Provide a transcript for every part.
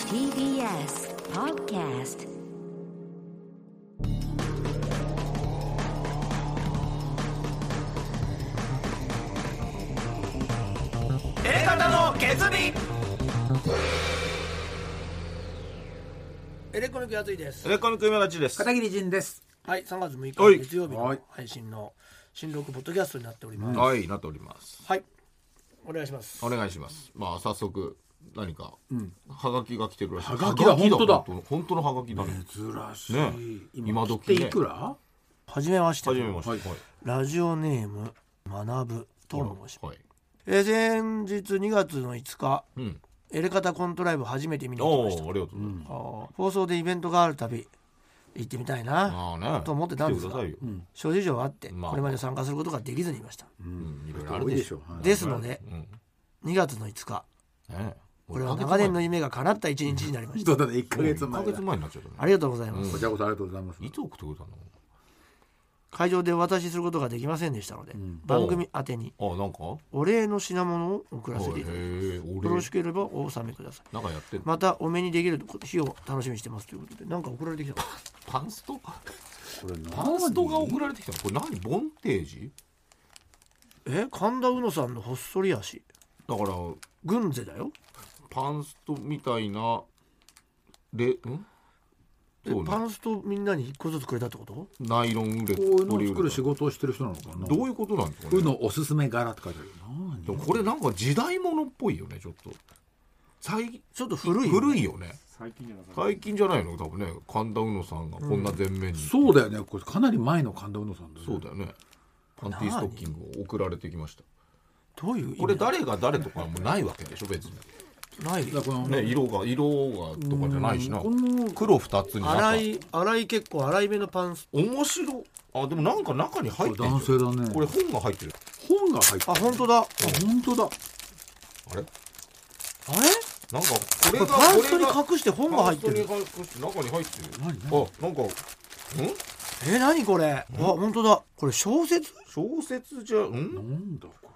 TBS Podcast エ方の削りエレコミックやついですエ。レコミック今立ちです片桐仁です。はい、3月6はい日月曜日はのい配信の新録ポッドキャストになっております。はいなっておりますはい、お願いします。お願いしますまあ早速何かハガキが来てるらしいはがきだ本当だ本当のハガキだね珍しね今時切ねっていくら？はじめまして。初めましてはいはいラジオネーム学ぶと申します。はいえー先日2月の5日、うんエレカタコントライブ初めて見に行おきおまあしりたがとうございます。あー放送でイベントがあるたび行ってみたいなああねと思ってたんです来がくださいよ諸事情があってまあこれまで参加することができずにいました。うんいろいろあ多るいででししょょ。はいですのでん2月の5日ねこれは長年の夢が叶った一日になりました。そうだね一ヶ1月ヶ前月だ。前になっちゃったねありがとうございます。こちらこそありがとうございます。いつ送ってくれたの会場でお渡しすることができませんでしたので、番組宛てにあなんかはお礼の品物を送らせていいただきまへえす。よ俺ろしければお納めください。なんかやってんのまたお目にできる日を楽しみにしてますということで、なんか送られてきた。パンストこれパンストが送られてきたのこれ何ボンテージえ、神田うのさんのほっそり足、だから軍勢だよ。パンストみたいなレんえそうパねンストみんなに一個ずつくれたってこと？ナイロンウレこういうのをポリウレタン作る仕事をしてる人なのかな。どいういうことなんですかうねのおすすめ柄って書いてあるでよもな。これなんか時代物っぽいよねちょっと最ちょっと古い。古い。いよね最近じゃないの多分ね神田うのさんがこんな全面に、そうだよね。これかなり前の神田うのさんだよね。そうだよねパンティーストッキングを送られてきましたどういう意味？これ誰が誰とかもないわけでしょ別にない。だからこのね色が色がとかじゃないしなこの黒二つに粗赤い粗い結構粗いめのパンス面白いあでもなんか中に入ってる男性だね。これ本が入ってる本が入ってト。あ、る。本当だ。ああ本当だ。あれれ？なんかこれこれがパンストにこれが隠して本が入ってる。パンストに隠して中に入ってる何あ何なんかんえ、何これ？あ、本当だ。これ小説？小説じゃなんんだこ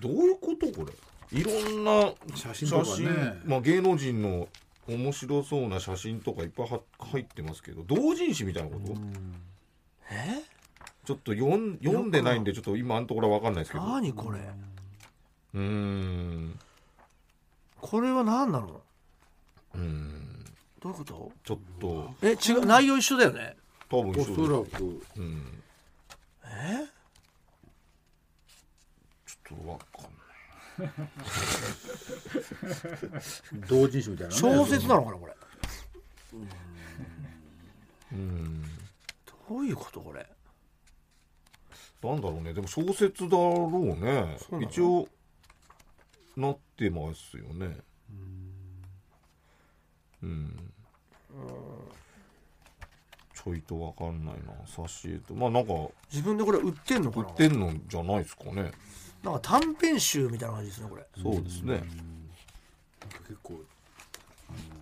どういうことこれいろんなれ。写写真とか真、ね。まあ、芸能人の面白そうな写真とかいっぱいは入ってますけど同人誌みたいなことえ？ちょっと読ん読んでないんでちょっと今あのところは分かんないですけどう何これーんこれは何なのどうーんういうことちょっとえ違う内容一緒だよね多分お一そ緒らくでうんえちょっとわかんない同人誌みたいなね。小説なのかなこれうーんどういうことこれなんだろうねでも小説だろうねうなの一応なってますよねうんちょいとわかんないな挿絵とまあなんか自分でこれ売ってんのか売なってんのじゃないですかねなんか短編集みたいな感じですねこれそうですね結構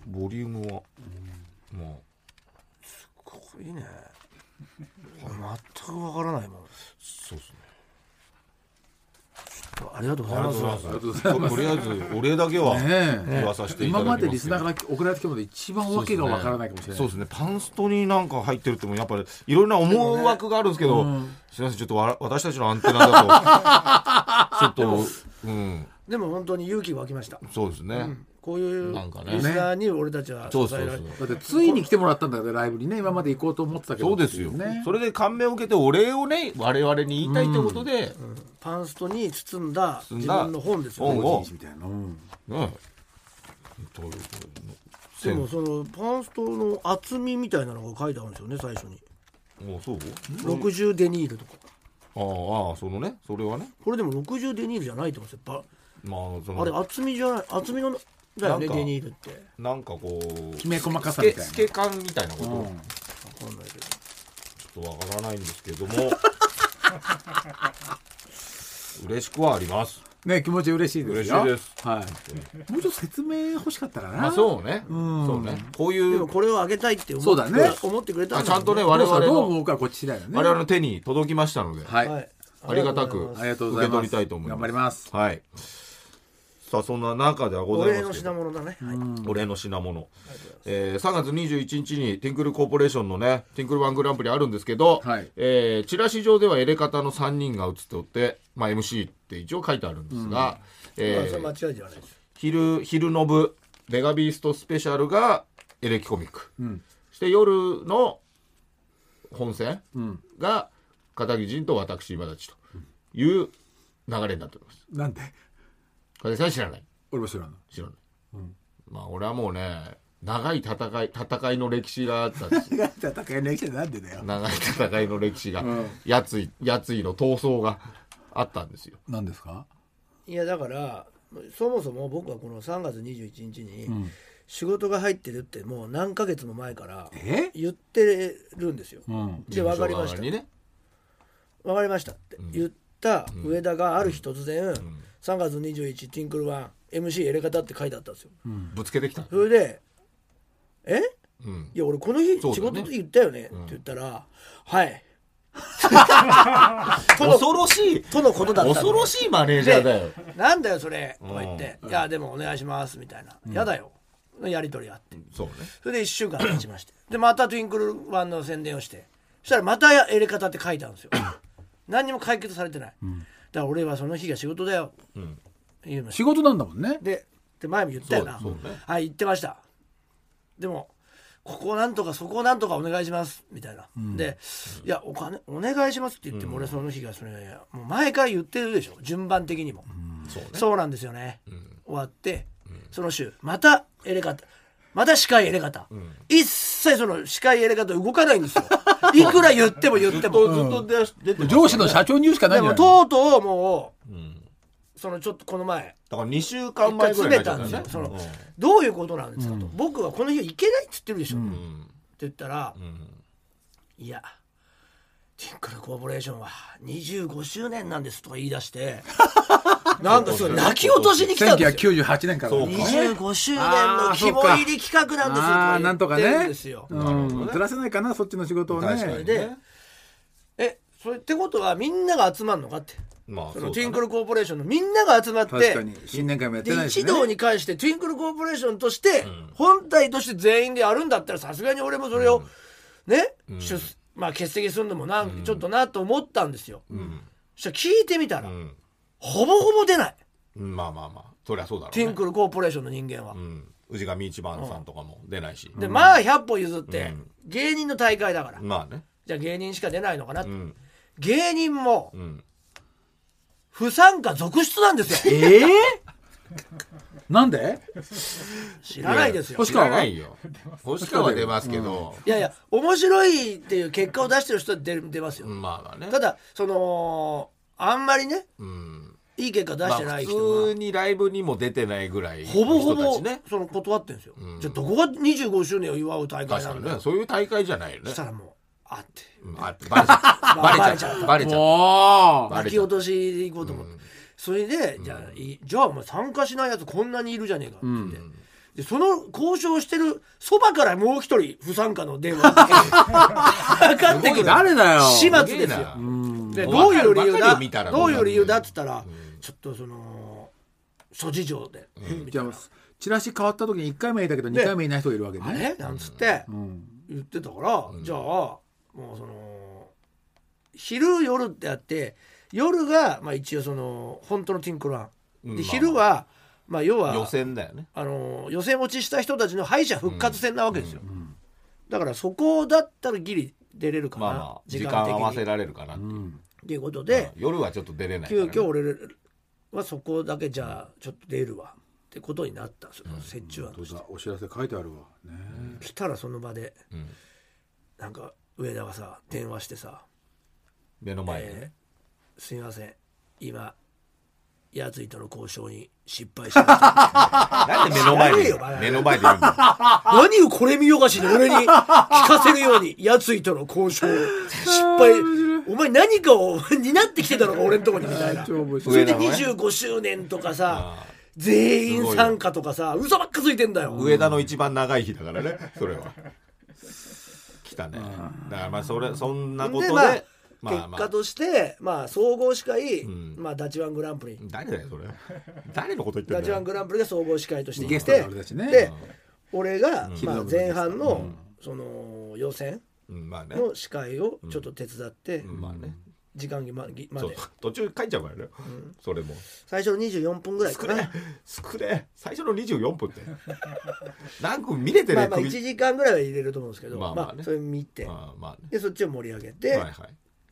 ボリュームはまあここいいね全くわからないもんそうですねありがとうございますありがりがととううごござざいいまますすとりあえずお礼だけはねえ言わさせていた今だきまますでリスナーが送られてきたので一番わけがわからないかもしれないそうですねパンストになんか入ってるってもやっぱりいろんな思う枠があるんですけど、すみませんちょっとわ私たちのアンテナだ とちょっとうんでも本当に勇気湧きましたそうですね、こういうリなんかねスナーに俺たちは支そうそうえそらうれてだってついに来てもらったんだよねライブにね今まで行こうと思ってたけどそうですよ、ねそれで感銘を受けてお礼をね我々に言いたいってことで、パンストに包んだ包ん自だ分の本ですよ本ねを同人誌みたいなうんねということででもそのパンストの厚みみたいなのが書いてあるんですよね最初にもうそう60デニールとかああああそのねそれはねこれでも60デニールじゃないってことですよまあそばあれの厚みじゃない厚みのだよねなんかデニールってなんかこうきめ細かさ透みけたいな透け感みたいなこと、うん分かんないけどちょっとわからないんですけど も嬉しくはありますね気持ち嬉しいですよ嬉しいですはいもうちょっと説明欲しかったらな、まあそうねそうねこういでうもこれをあげたいって思そうっだて,、ね思ってくれたあんちだゃもんとねどう我した々らどうの思うかこっちだよね我々の手に届きましたのではい、はいありがたくあありがとうご受ざけいます取りたいと思います頑張りますはいさあそんな中ではごおざい礼まのすけど品物だね、はいお礼の品物、えー、3月21日にティンクルコーポレーションのねティンクルワングランプリあるんですけど、はいえーチラシ上ではエレ方の3人が写っておって、まあ、MC って一応書いてあるんですが、えまあそれー間違いではないです昼昼の部ベガビーストスペシャルがエレキコミック、んそして夜の本戦んが片桐仁と私今立ちという流れになっておりますなんで片桐さん知らない俺も知ら んの知らない、まあ俺はもうね長い戦い戦いの歴史があったんですよ戦いの駅舎なんでだよ長い戦いの歴史が、んやついやついの闘争があったんですよなんですかいやだからそもそも僕はこの3月21日に仕事が入ってるってもう何ヶ月も前からえ言ってるんですよ。うんで分かりました事務所側にね分かりましたって言った上田がある日突然「3月21ティンクルワン MC エレ方」って書いてあったんですよ。ぶつけてきた、それで「えうん、いや俺この日仕そうだ事よねで言ったよね」って言ったら「はい」との恐ろしいとのことだった恐ろしいマネージャーだよでなんだよそれ」とか言って「いやでもお願いします」みたいな「やだよ」のやり取りあって。そうねそれで1週間経ちましてでまたトゥインクルワンの宣伝をしてそしたらまたエレカタって書いた んですよ何にも解決されてない、だから俺はその日が仕事だよ、言うの仕事なんだもんねでで前も言ったよな、そうそうねはい言ってましたでもここをなんとかそこをなんとかお願いしますみたいな、で「いやお金お願いします」って言っても俺その日がそれもう前から言ってるでしょ順番的にも、そうねそうなんですよね、終わって、その週またエレガタまた司会エレガタ、一切その司会エレガタ動かないん ですよいくら言っても言っても、ずっと出し出てます上司の社長に言うしかないでんじゃもないのとうとうもう、そのちょっとこの前だから2週一間回前ぐ詰らいめにたなっんですちゃよっ、たそねのどういうことなんですかと、僕はこの日行けないって言ってるでしょ、って言ったら、いやティンクルコーポレーションは25周年なんですとか言い出して なんかそれ泣き落としに来たんですよ1998年からそうか25周年の肝入り企画ああななんんですとよとかか言ってるねんですよ。うんずらせないかなそっちの仕事をね確かにでえそれってことはみんなが集まるのかってまあそそのうティだンねクルコーポレーションのみんなが集まって確かに新年会もやってでないし一ね堂に会してトゥインクルコーポレーションとして本体として全員でやるんだったらさすがに俺もそれをね、出まあ、欠席するのもなんちょっとなと思ったんですよ。そしたら聞いてみたら、んほぼほぼ出ないうんまあまあまあそりゃそうだろうティンねクルコーポレーションの人間は。うん氏神一番さんとかも出ないしでまあ100歩譲って、芸人の大会だから、まあねじゃあ芸人しか出ないのかなって、ん芸人もうん不参加続出なんですよ。ええなんで知らないですよ。星川は知らないよ星川は出ますけどいやいや面白いっていう結果を出してる人は出る出ますよ。まあまあねただそのあんまりねうんいい結果出まあしてない普人が、通にライブにも出てないぐらいのほぼほ人たぼ、ちねその断ってんですよ、じゃあどこが25周年を祝う大会確なかんにだよねそういう大会じゃないよねそしたらもうあってうんあバレち ゃったまあバレちゃったバレちゃっおーバレ泣ちきゃう落としで行こうと思って、それでじゃあいじゃあお前参加しないやつこんなにいるじゃねえかって言って。でその交渉してるそばからもう一人不参加の電話がかかってくる誰だよ始た末ですよすげえでなうんどういう理由わかるわかるよ見ただらどういう理由だって言ったら、ちょっとその諸事情で、じゃあチラシ変わった時に1回目いたけど2回目いない人がいるわけあねれなんつってうん言ってたから、じゃあもうその昼夜ってあって夜が、まあ、一応その本当のティンクルワうンんでまあ昼は、まあ、要は予選だよねあの予選落ちした人たちの敗者復活戦なわけですよ、だからそこだったらギリ出れるかな、まあまあ時間合わせられるかなっていうっていうことで、夜はちょっと出れないから急ね遽俺はそこだけじゃあちょっと出るわってことになったんですよ折衷案としそてうだお知らせ書いてあるわね来たらその場でなんか上田がさ電話してさ目の前でねえ「すみません今やついとの交渉に失敗しま したなんで目の前知らねえでよバカ目の前で言うんだよ何をこれ見よがしに俺に聞かせるようにやついとの交渉失敗お前何かを担ってきてた のか俺のとこに」みたいな。超面そ白いれで25周年とかさ全員参加とかさ嘘ばっかついてんだよ上田の一番長い日だからねそれは来たねだからまあそれそんなことでまあでまあまあ結果として、まあ、総合司会、んまあ、ダチワングランプリ誰だよそれ誰のこと言ってんだよダチワングランプリで総合司会としてゲ行っストての俺たちねで俺が、まあ、昼の部前半のその予選うんまあねの司会をちょっと手伝ってまあね時間ぎまぎまそうで途中書いちゃうからねそれも最初の24分ぐらい少かねな。少ね最初の24分って 何個見れてまねあまあ1首時間ぐらいは入れると思うんですけど、ままああまあねそれ見て、あーまあねでそっちを盛り上げて、はいはい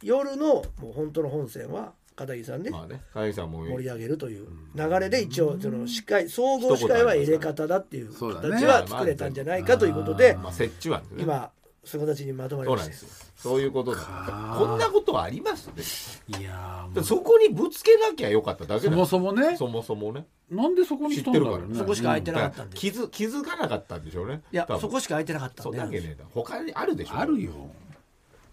夜のもう本当の本戦は片桐さんでまあね影さんも盛り上げるという流れで一応その司会総合司会は入れ方だっていうそうだね形は作れたんじゃないかということでまあ折衷案でね今そういう形にまとまりそうまなんしたですよそういうことだこんなことはありますねいやーもでうそこにぶつけなきゃよかっただけそだもそもねそもそもねなんでそこに来たんだろ知っうてるねからそこしか空いてなかったんでい気づ気づかなかったんでしょうねや多分そこしか空いてなかったそんうでだけねえだ他にあるでしょあるよ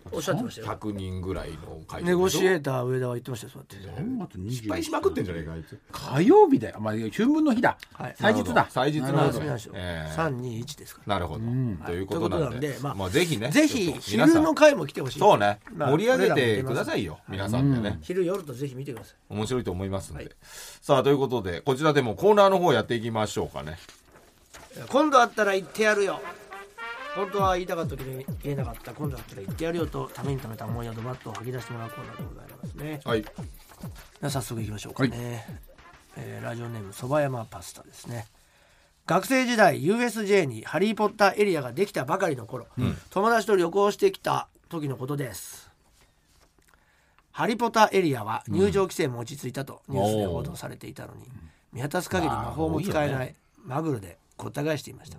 おっしゃってましたよ100人ぐらいの会ネゴシエーーター上田は言ってましたよそうやってあと20失敗しまくってんじゃねえかあいつ火曜日だよまあ春分の日だはい祭日だ祭日ななるんほだど休みなんですよええ321ですからなるほどということはいなんというでことなんでまあまあぜひねぜちひょっと皆昼さんの回も来てほしいそうねまあ盛り上げてくださいよ俺皆さんでね昼夜とぜひ見てください面白いと思いますんはいでさあということでこちらでもコーナーの方やっていきましょうかね今度会ったら言ってやるよ本当は言いたかったけど言えなかった今度会ったら言ってやるよとためにためた思いやドバッと吐き出してもらうコーナーでございますねはいでは早速いきましょうかね、えーラジオネームそば山パスタですね学生時代 USJ にハリー・ポッターエリアができたばかりの頃、友達と旅行してきた時のことですハリー・ポッターエリアは入場規制も落ち着いたとニュースで報道されていたのに、見渡す限り魔法も使えないマグルでごった返していました、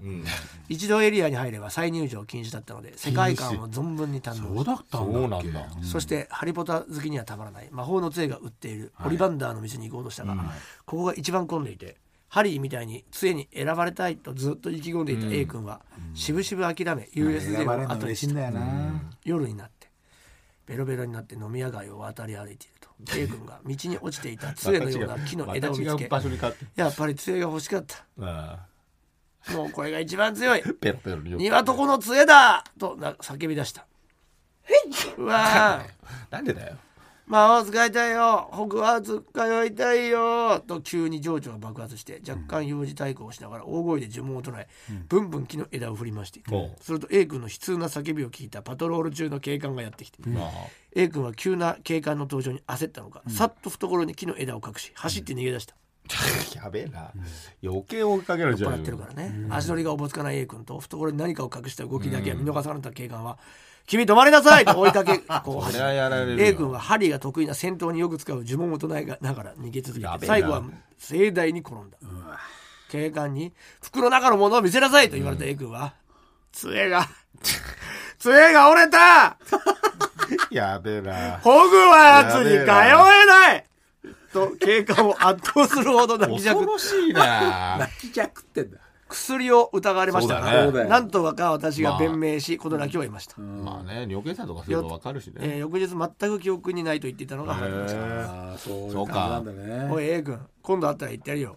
一度エリアに入れば再入場禁止だったので世界観を存分に堪能そうだったんだそうなんだそしてハリポタ好きにはたまらない魔法の杖が売っているオリバンダーの店に行こうとしたが、ここが一番混んでいてハリーみたいに杖に選ばれたいとずっと意気込んでいた A 君はしぶしぶ諦め USJ 選ばれるをの後に嬉ししいんただよな夜になってベロベロになって飲み屋街を渡り歩いていると A 君が道に落ちていた杖のような木の枝を見つまた違けう場所に買ってやっぱり杖が欲しかったあもうこれが一番強いあペロペロに庭とこの杖だとな叫び出したうわーなんでだよ魔法使いたいよ北欧通通いたいよと急に情緒が爆発して若干幼児対抗をしながら大声で呪文を唱え、ブンブン木の枝を振りましていた、うんすると A 君の悲痛な叫びを聞いたパトロール中の警官がやってきて、まあ A 君は急な警官の登場に焦ったのか、さっと懐に木の枝を隠し走って逃げ出した、 やべえな余計追いかけられちゃ笑うっよてるからね、足取りがおぼつかない A 君と懐に何かを隠した動きだけは見逃された警官は「君止まりなさい!」と追いか けこうそ走りゃやられるよ A 君はハリーが得意な戦闘によく使う呪文を唱えながら逃げ続やけてべえな最後は盛大に転んだ警官に「服の中のものを見せなさい!」と言われた A 君は「杖が 杖が折れた やべえなホグワーツに通えない!」と警官を圧倒するほど泣きじゃく恐ってろしい な泣きじゃくってんだ薬を疑われましたそうだねそうだが、よなんとかか私が弁明し、この泣きを得ました、まあね尿検査とかすればわかるしえーね翌日全く記憶にないと言っていたのが原田でしたああそういそううか感じなんだおねい A 君今度会ったら言ってやるよ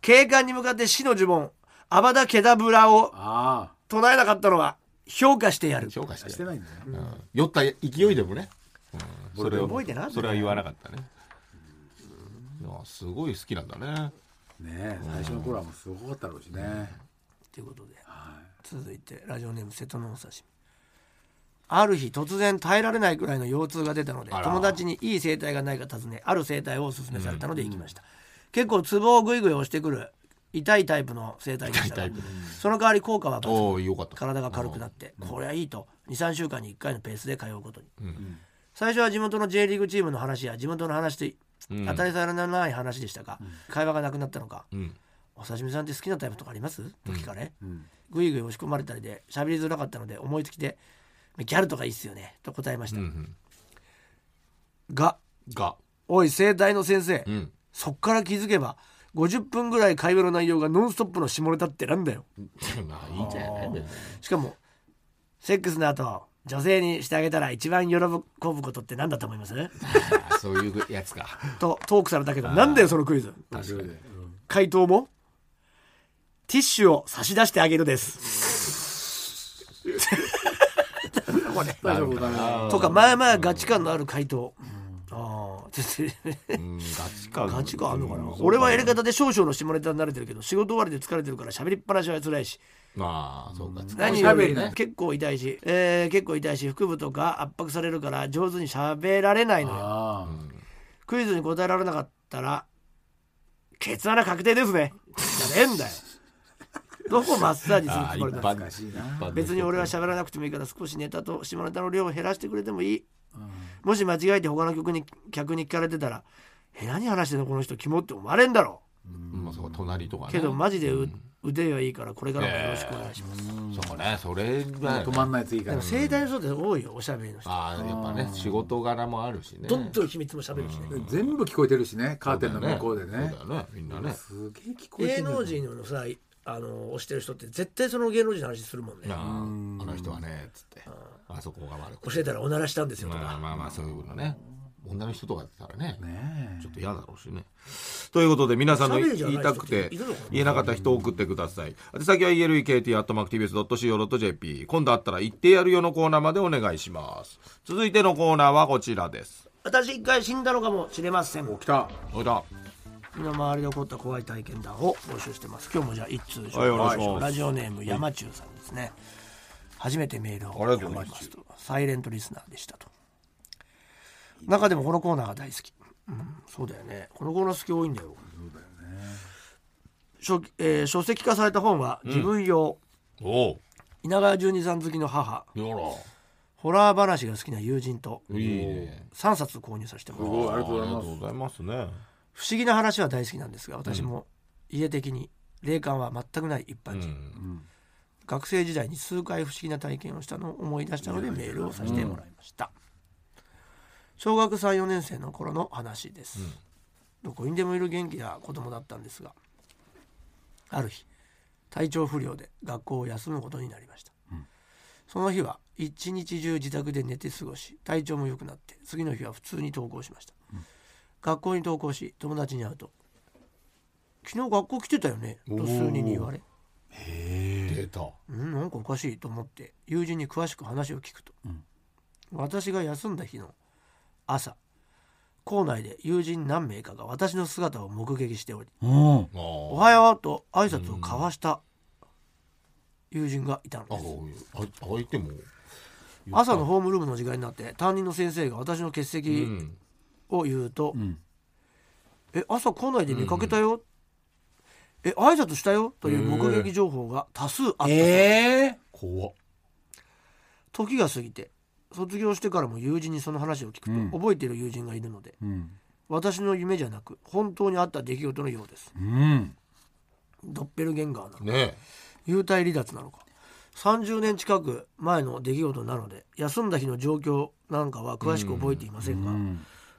警官に向かって死の呪文アバダ・ケダブラをあ唱えなかったのは評価してやる評価しあしててないんだねうん酔った勢いでもねうんそれを覚えてないそれは言わなかったねいやすごい好きなんだねねえ最初の頃はもうすごかったろうしねということで、続いてラジオネーム瀬戸のお刺身ある日突然耐えられないくらいの腰痛が出たのであら友達にいい整体がないか尋ねある整体をお勧めされたので行きました、結構ツボをグイグイ押してくる痛いタイプの整体でした痛がいタイプその代わり効果は抜群おおよかった体が軽くなってこれはいいと23週間に1回のペースで通うことに、最初は地元の J リーグチームの話や地元の話と当たり障りのない話でしたが、会話がなくなったのか、んお刺身さんって好きなタイプとかありますと聞かれ、ぐいぐい押し込まれたりで喋りづらかったので思いつきでギャルとかいいっすよねと答えました、がが おい整体の先生、んそっから気づけば50分ぐらい会話の内容がノンストップの下ネタってなんだよまあいいんじゃない別にしかもセックスの後女性にしてあげたら一番喜ぶことって何だと思います あそういうやつかとトークされたけどなんだよそのクイズ確かに回答もティッシュを差し出してあげるですこれ大丈夫だねとかまあまあガチ感のある回答、ああ全然うんガチかガチ感あるのかな、俺はやり方で少々の下ネタに慣れてるけど仕事終わりで疲れてるから喋りっぱなしは辛いしまあそうか何よおしゃべりりね結構痛いし、えー結構痛いし腹部とか圧迫されるから上手に喋られないのよあクイズに答えられなかったらケツ穴確定ですねじゃねえんだ よどこマッサージするつもりだあ難しいな別に俺は喋らなくてもいいから少しネタと下ネタの量を減らしてくれてもいい、もし間違えて他の曲に客に聞かれてたら「え何話してんのこの人キモ」って思われんだろまあそうか隣とかねけどマジでう、腕はいいからこれからもよろしくお願いします、そうねそれが止まんないやついいかでらもね生体の人って多いよおしゃべりの人ああやっぱね仕事柄もあるしねどんどん秘密もしゃべるしね、全部聞こえてるしねカーテンの向こうでそうだねよねみんなねすげえ聞こえて芸る能人のさあの推してる人って絶対その芸能人の話するもんねあああの人はねつってあそこが悪くて教えたらおならしたんですよとまあか、まあまあそういうのね女の人とかだったらねねちょっと嫌だろうしね。ということで皆さんのおしゃべりじゃな言いいたくて人っているのかな言えなかった人を送ってください。宛先は elekt.mactvs.co.jp 今度あったら言ってやるよのコーナーまでお願いします。続いてのコーナーはこちらです。私一回死んだのかもしれませんえ来たおいだ。身の回りで起こった怖い体験談を募集してます今日もじゃあ一通紹介はいお願いしますラジオネーム山中さんですね、初めてメールありをがと読うみごまざいますすとサイレントリスナーでしたと中でもこのコーナーが大好き、うん、そうだよねこのコーナー好き多いんだよ書,、えー書籍化された本は自分用、おう。稲川淳二さん好きの母よホラー話が好きな友人とら。いいね。 3冊購入させてもらいましたおうありがとうございますありがとうございますね。不思議な話は大好きなんですが私も家的に霊感は全くない一般人、学生時代に数回不思議な体験をしたのを思い出したのでメールをさせてもらいました、小学34年生の頃の話です、どこにでもいる元気な子供だったんですがある日体調不良で学校を休むことになりました、その日は一日中自宅で寝て過ごし体調も良くなって次の日は普通に登校しました、学校に登校し友達に会うと「昨日学校来てたよね」と数人に言われデータ。うん、なんかおかしいと思って友人に詳しく話を聞くと、私が休んだ日の朝校内で友人何名かが私の姿を目撃しておりうん「おおはよう」と挨拶を交わした友人がいたのあです、あ相手も。朝のホームルームの時間になって担任の先生が私の欠席うん。を言うと「え朝校内で見かけたよ」え挨拶したよ」という目撃情報が多数あったそうですええ怖っ。時が過ぎて卒業してからも友人にその話を聞くと、覚えている友人がいるのでうん私の夢じゃなく本当にあった出来事のようですうんドッペルゲンガーなのかね幽体離脱なのか30年近く前の出来事なので休んだ日の状況なんかは詳しく覚えていませんが、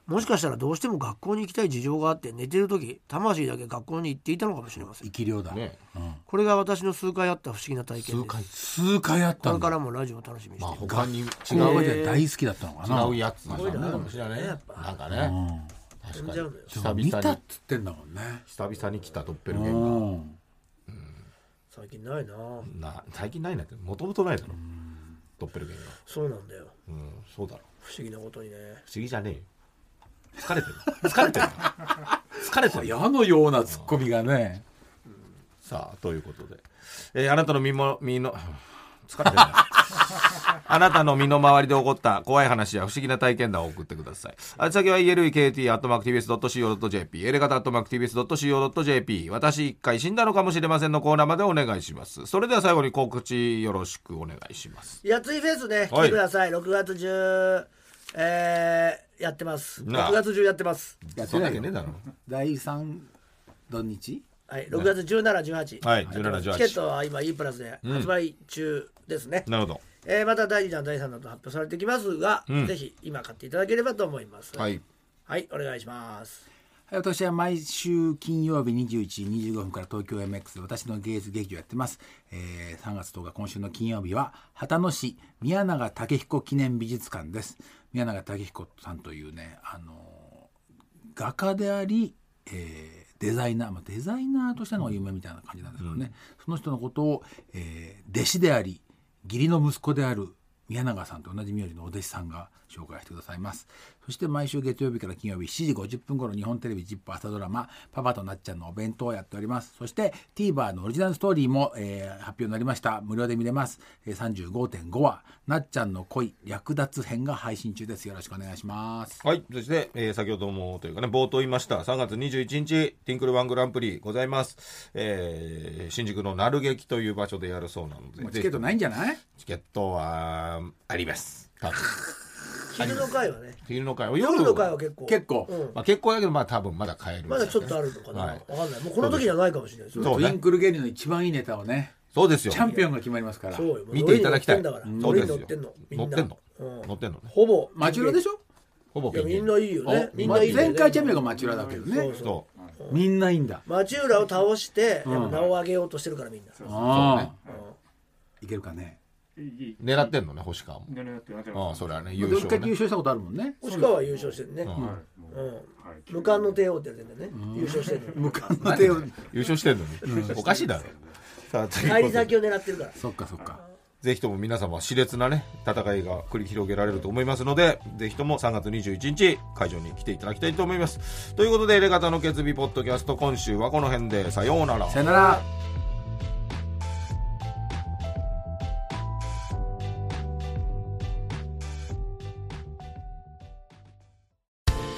もしかしたらどうしても学校に行きたい事情があって寝てる時魂だけ学校に行っていたのかもしれません生き量だえ。ねえ。これが私の数回あった不思議な体験です数回あっこたれんだからもラジオを楽しみにしていまあます他に違今まうで大好きだったのかな違うやつなのかもしれないね。なんかね。確か飛んにじゃうのよ久々に見たっつってんだもんね久々に来たドッペルうゲンガー。ん最近ないなあな最近ないなってもともとないだろドッペルゲンガーそうなんだようんそうだろ不思議なことにね不思議じゃねえよ疲れてる疲れてる疲 れてるよ矢のようなツッコミがねさあということで、えーあなたの身も身の 疲れてるな あなたの身の回りで起こった怖い話や不思議な体験談を送ってください。あつ先は elekt.mactvs.co.jp、エレガタ .mactvs.co.jp、私一回死んだのかもしれませんのコーナーまでお願いします。それでは最後に告知よろしくお願いします。やついフェスね、はい来てください。6月10、えー、やってます。なあ6月10やってます。やってそんなないわけよねえだろ。第三土日はい、6月17、18。はい17 18チケットは今 E プラスで発売中ですね。なるほど。えーまた第2弾、第3弾と発表されてきますが、ぜひ今買っていただければと思います。ははい、い。お願いします。はい私は毎週金曜日21時25分から東京 MX で私の芸術劇をやってます、えー3月10日今週の金曜日は秦野市宮永武彦記念美術館です宮永武彦さんというねあのー画家であり、えーデザイナー、まあ、デザイナーとしての夢みたいな感じなんですけどね、その人のことを、えー弟子であり義理の息子である宮永さんと同じ名字のお弟子さんが紹介してくださいますそして毎週月曜日から金曜日7時50分頃日本テレビ ZIP 朝ドラマ「パパとなっちゃんのお弁当」をやっておりますそして TVer のオリジナルストーリーも、えー発表になりました無料で見れます、えー、35.5話「なっちゃんの恋略奪編」が配信中ですよろしくお願いしますはい。そして、えー先ほどもというかね、冒頭言いました、3月21日、ティンクルワングランプリございます。えー新宿の鳴劇という場所でやるそうなので、もうチケットないんじゃないチケットは、あります。多分昼の会はね昼の会は夜夜の会は結構結構、うんまあ、結構だけど、まあ多分まだ買えるみたまいなだちょっとあるのかな、はいわかんないもうこの時じゃないかもしれないですよそうトねゥインクル芸人の一番いいネタをねそうですよチ。ャンピオンが決まりますからそうよもう見ていただきたい。乗りにそう乗っですよてんのみ乗っんなてんのうん乗ってんのね。ほぼマチュラでしょょほぼいやみピンん芸人ないいよねおみんないいよね前回チャンピオンがマチュラだけどねそうそう。みんないいんだ町浦を倒して、やっぱ名を上げようとしてるからみんな、ああ、いけるかねいい狙ってんのね、星川も。狙ってなってあまあ、すそれはね、優どっか勝優ね。勝したことあるもんね星川は優勝してるね、んはいもううんはい無冠の帝王ってやつでね、優勝してるの無冠の手を優勝してんのに。おかしいだろ。さあ、ということで帰り先を狙ってるからそっかそっかぜひとも皆様熾烈なね戦いが繰り広げられると思いますのでぜひとも3月21日会場に来ていただきたいと思いますということで「レガタの決日ポッドキャスト」今週はこの辺でさようならさよならー